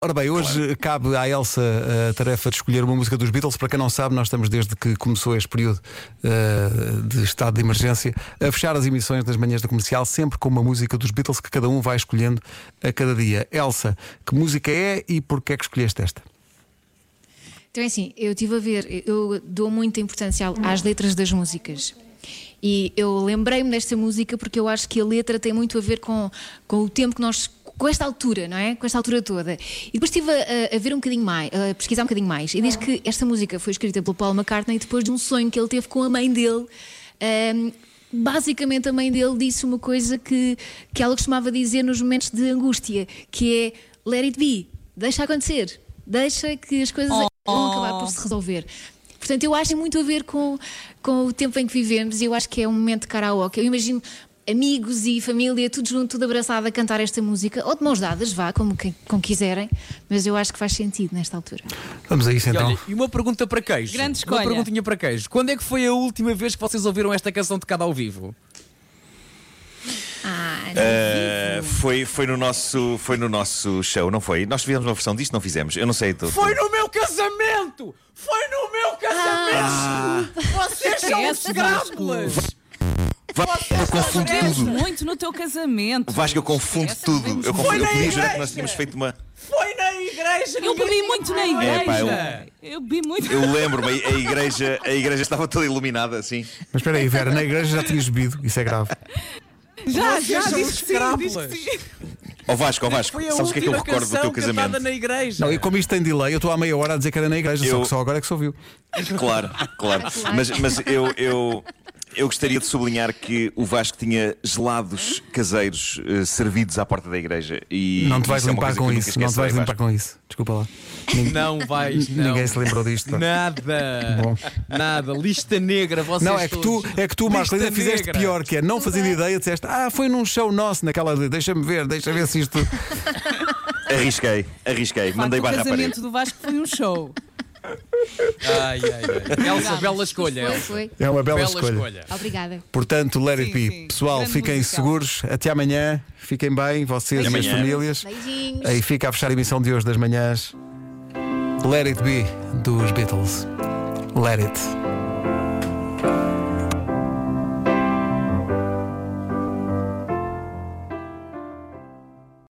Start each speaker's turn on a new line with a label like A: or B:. A: Ora bem, hoje cabe à Elsa eh, a tarefa de escolher uma música dos Beatles. Para quem não sabe, nós estamos desde que começou este período eh, de estado de emergência a fechar as emissões das manhãs da comercial, sempre com uma música dos Beatles que cada um vai escolhendo a cada dia. Elsa, que música é e porquê é que escolheste esta?
B: Então é assim, eu estive a ver, eu dou muita importância ao- às letras das músicas. E eu lembrei-me desta música porque eu acho que a letra tem muito a ver com, com o tempo que nós. com esta altura, não é? Com esta altura toda. E depois estive a, a- a ver um bocadinho mais, a pesquisar um bocadinho mais. E diz que esta música foi escrita pelo Paul McCartney depois de um sonho que ele teve com a mãe dele. Ahm, basicamente, a mãe dele disse uma coisa que, que ela costumava dizer nos momentos de angústia: que é let it be, deixa acontecer, deixa que as coisas vão acabar por se resolver. Portanto, eu acho que tem muito a ver com, com o tempo em que vivemos e eu acho que é um momento de karaoke. Eu imagino amigos e família, tudo junto, tudo abraçado a cantar esta música, ou de mãos dadas, vá, como, que- como quiserem, mas eu acho que faz sentido nesta altura.
A: Vamos a isso
C: E,
A: então.
C: olha, e uma pergunta para queijo.
D: Grande escolha.
C: Uma perguntinha para queijo. Quando é que foi a última vez que vocês ouviram esta canção tocada ao vivo?
B: Ah,
E: Uh, foi, foi, no nosso, foi no nosso show, não foi? Nós fizemos uma versão disto, não fizemos? Eu não sei. Tô, tô-
C: Foi no meu casamento! Foi no meu
D: Ah.
C: casamento! Vocês são
D: Esquece,
C: escrábulas!
E: Vasco, eu confundo
D: Queres
E: tudo.
D: muito no teu casamento.
E: Vasco, eu confundo
D: Esquece,
E: tudo. Eu, confundo,
C: Foi
E: eu
C: na
E: podia jurar que nós
C: igreja.
E: tínhamos feito uma.
C: Foi na igreja!
D: Eu bebi muito na igreja.
E: É, pá,
D: eu... bebi muito.
E: Eu lembro-me, a igreja, a igreja estava toda iluminada assim.
A: Mas espera aí, Vera, na igreja já tinhas bebido, isso é grave.
D: Já, já
C: Vocês
E: um
C: são
D: disse que sim, disse
C: escrábulas.
D: que sim.
E: Ó Vasco, ó Vasco,
C: Foi a
E: sabes o que é que eu
C: última
E: recordo do teu
C: canção cantada
E: casamento?
C: na igreja.
A: Não, e como isto tem delay, eu estou há meia hora a dizer que era na igreja, só
E: Eu-
A: que só agora é que se ouviu.
E: Claro, claro. Mas, mas eu, eu, eu gostaria de sublinhar que o Vasco tinha gelados caseiros eh, servidos à porta da igreja. E
A: Não te vais
E: isso é uma
A: limpar
E: coisa que
A: com
E: eu nunca
A: isso, não te vais
E: esquecerei,
A: limpar com isso. Desculpa lá.
C: Não vais, não.
A: Ninguém se lembrou disto. pá.
C: Nada.
A: Bom.
C: Nada. Lista negra. Vocês
A: Não, é que tu,
C: todos.
A: é que tu Marcos,
C: Lista
A: ainda fizeste
C: negra.
A: pior, que é não fazendo ideia, disseste, ah, foi num show nosso, naquela de deixa-me ver, deixa ver se isto.
E: Vasco. Arrisquei, arrisquei.
D: Pá,
E: Mandei
D: o
E: barra à parede.
D: casamento do Vasco foi um show.
C: Ai, ai, ai. Elsa, bela escolha.
B: foi,
C: Elsa.
B: foi.
A: É uma bela,
C: Bela
A: escolha.
C: escolha.
B: Obrigada.
A: Portanto, let it
D: Sim,
A: be.
D: sim.
A: Pessoal,
D: Grande
A: fiquem
D: musical.
A: seguros, até amanhã, fiquem bem, vocês e as
E: amanhã.
A: famílias.
B: Beijinhos.
A: Aí fica a fechar a emissão de hoje das manhãs. Let it be dos Beatles. Let it.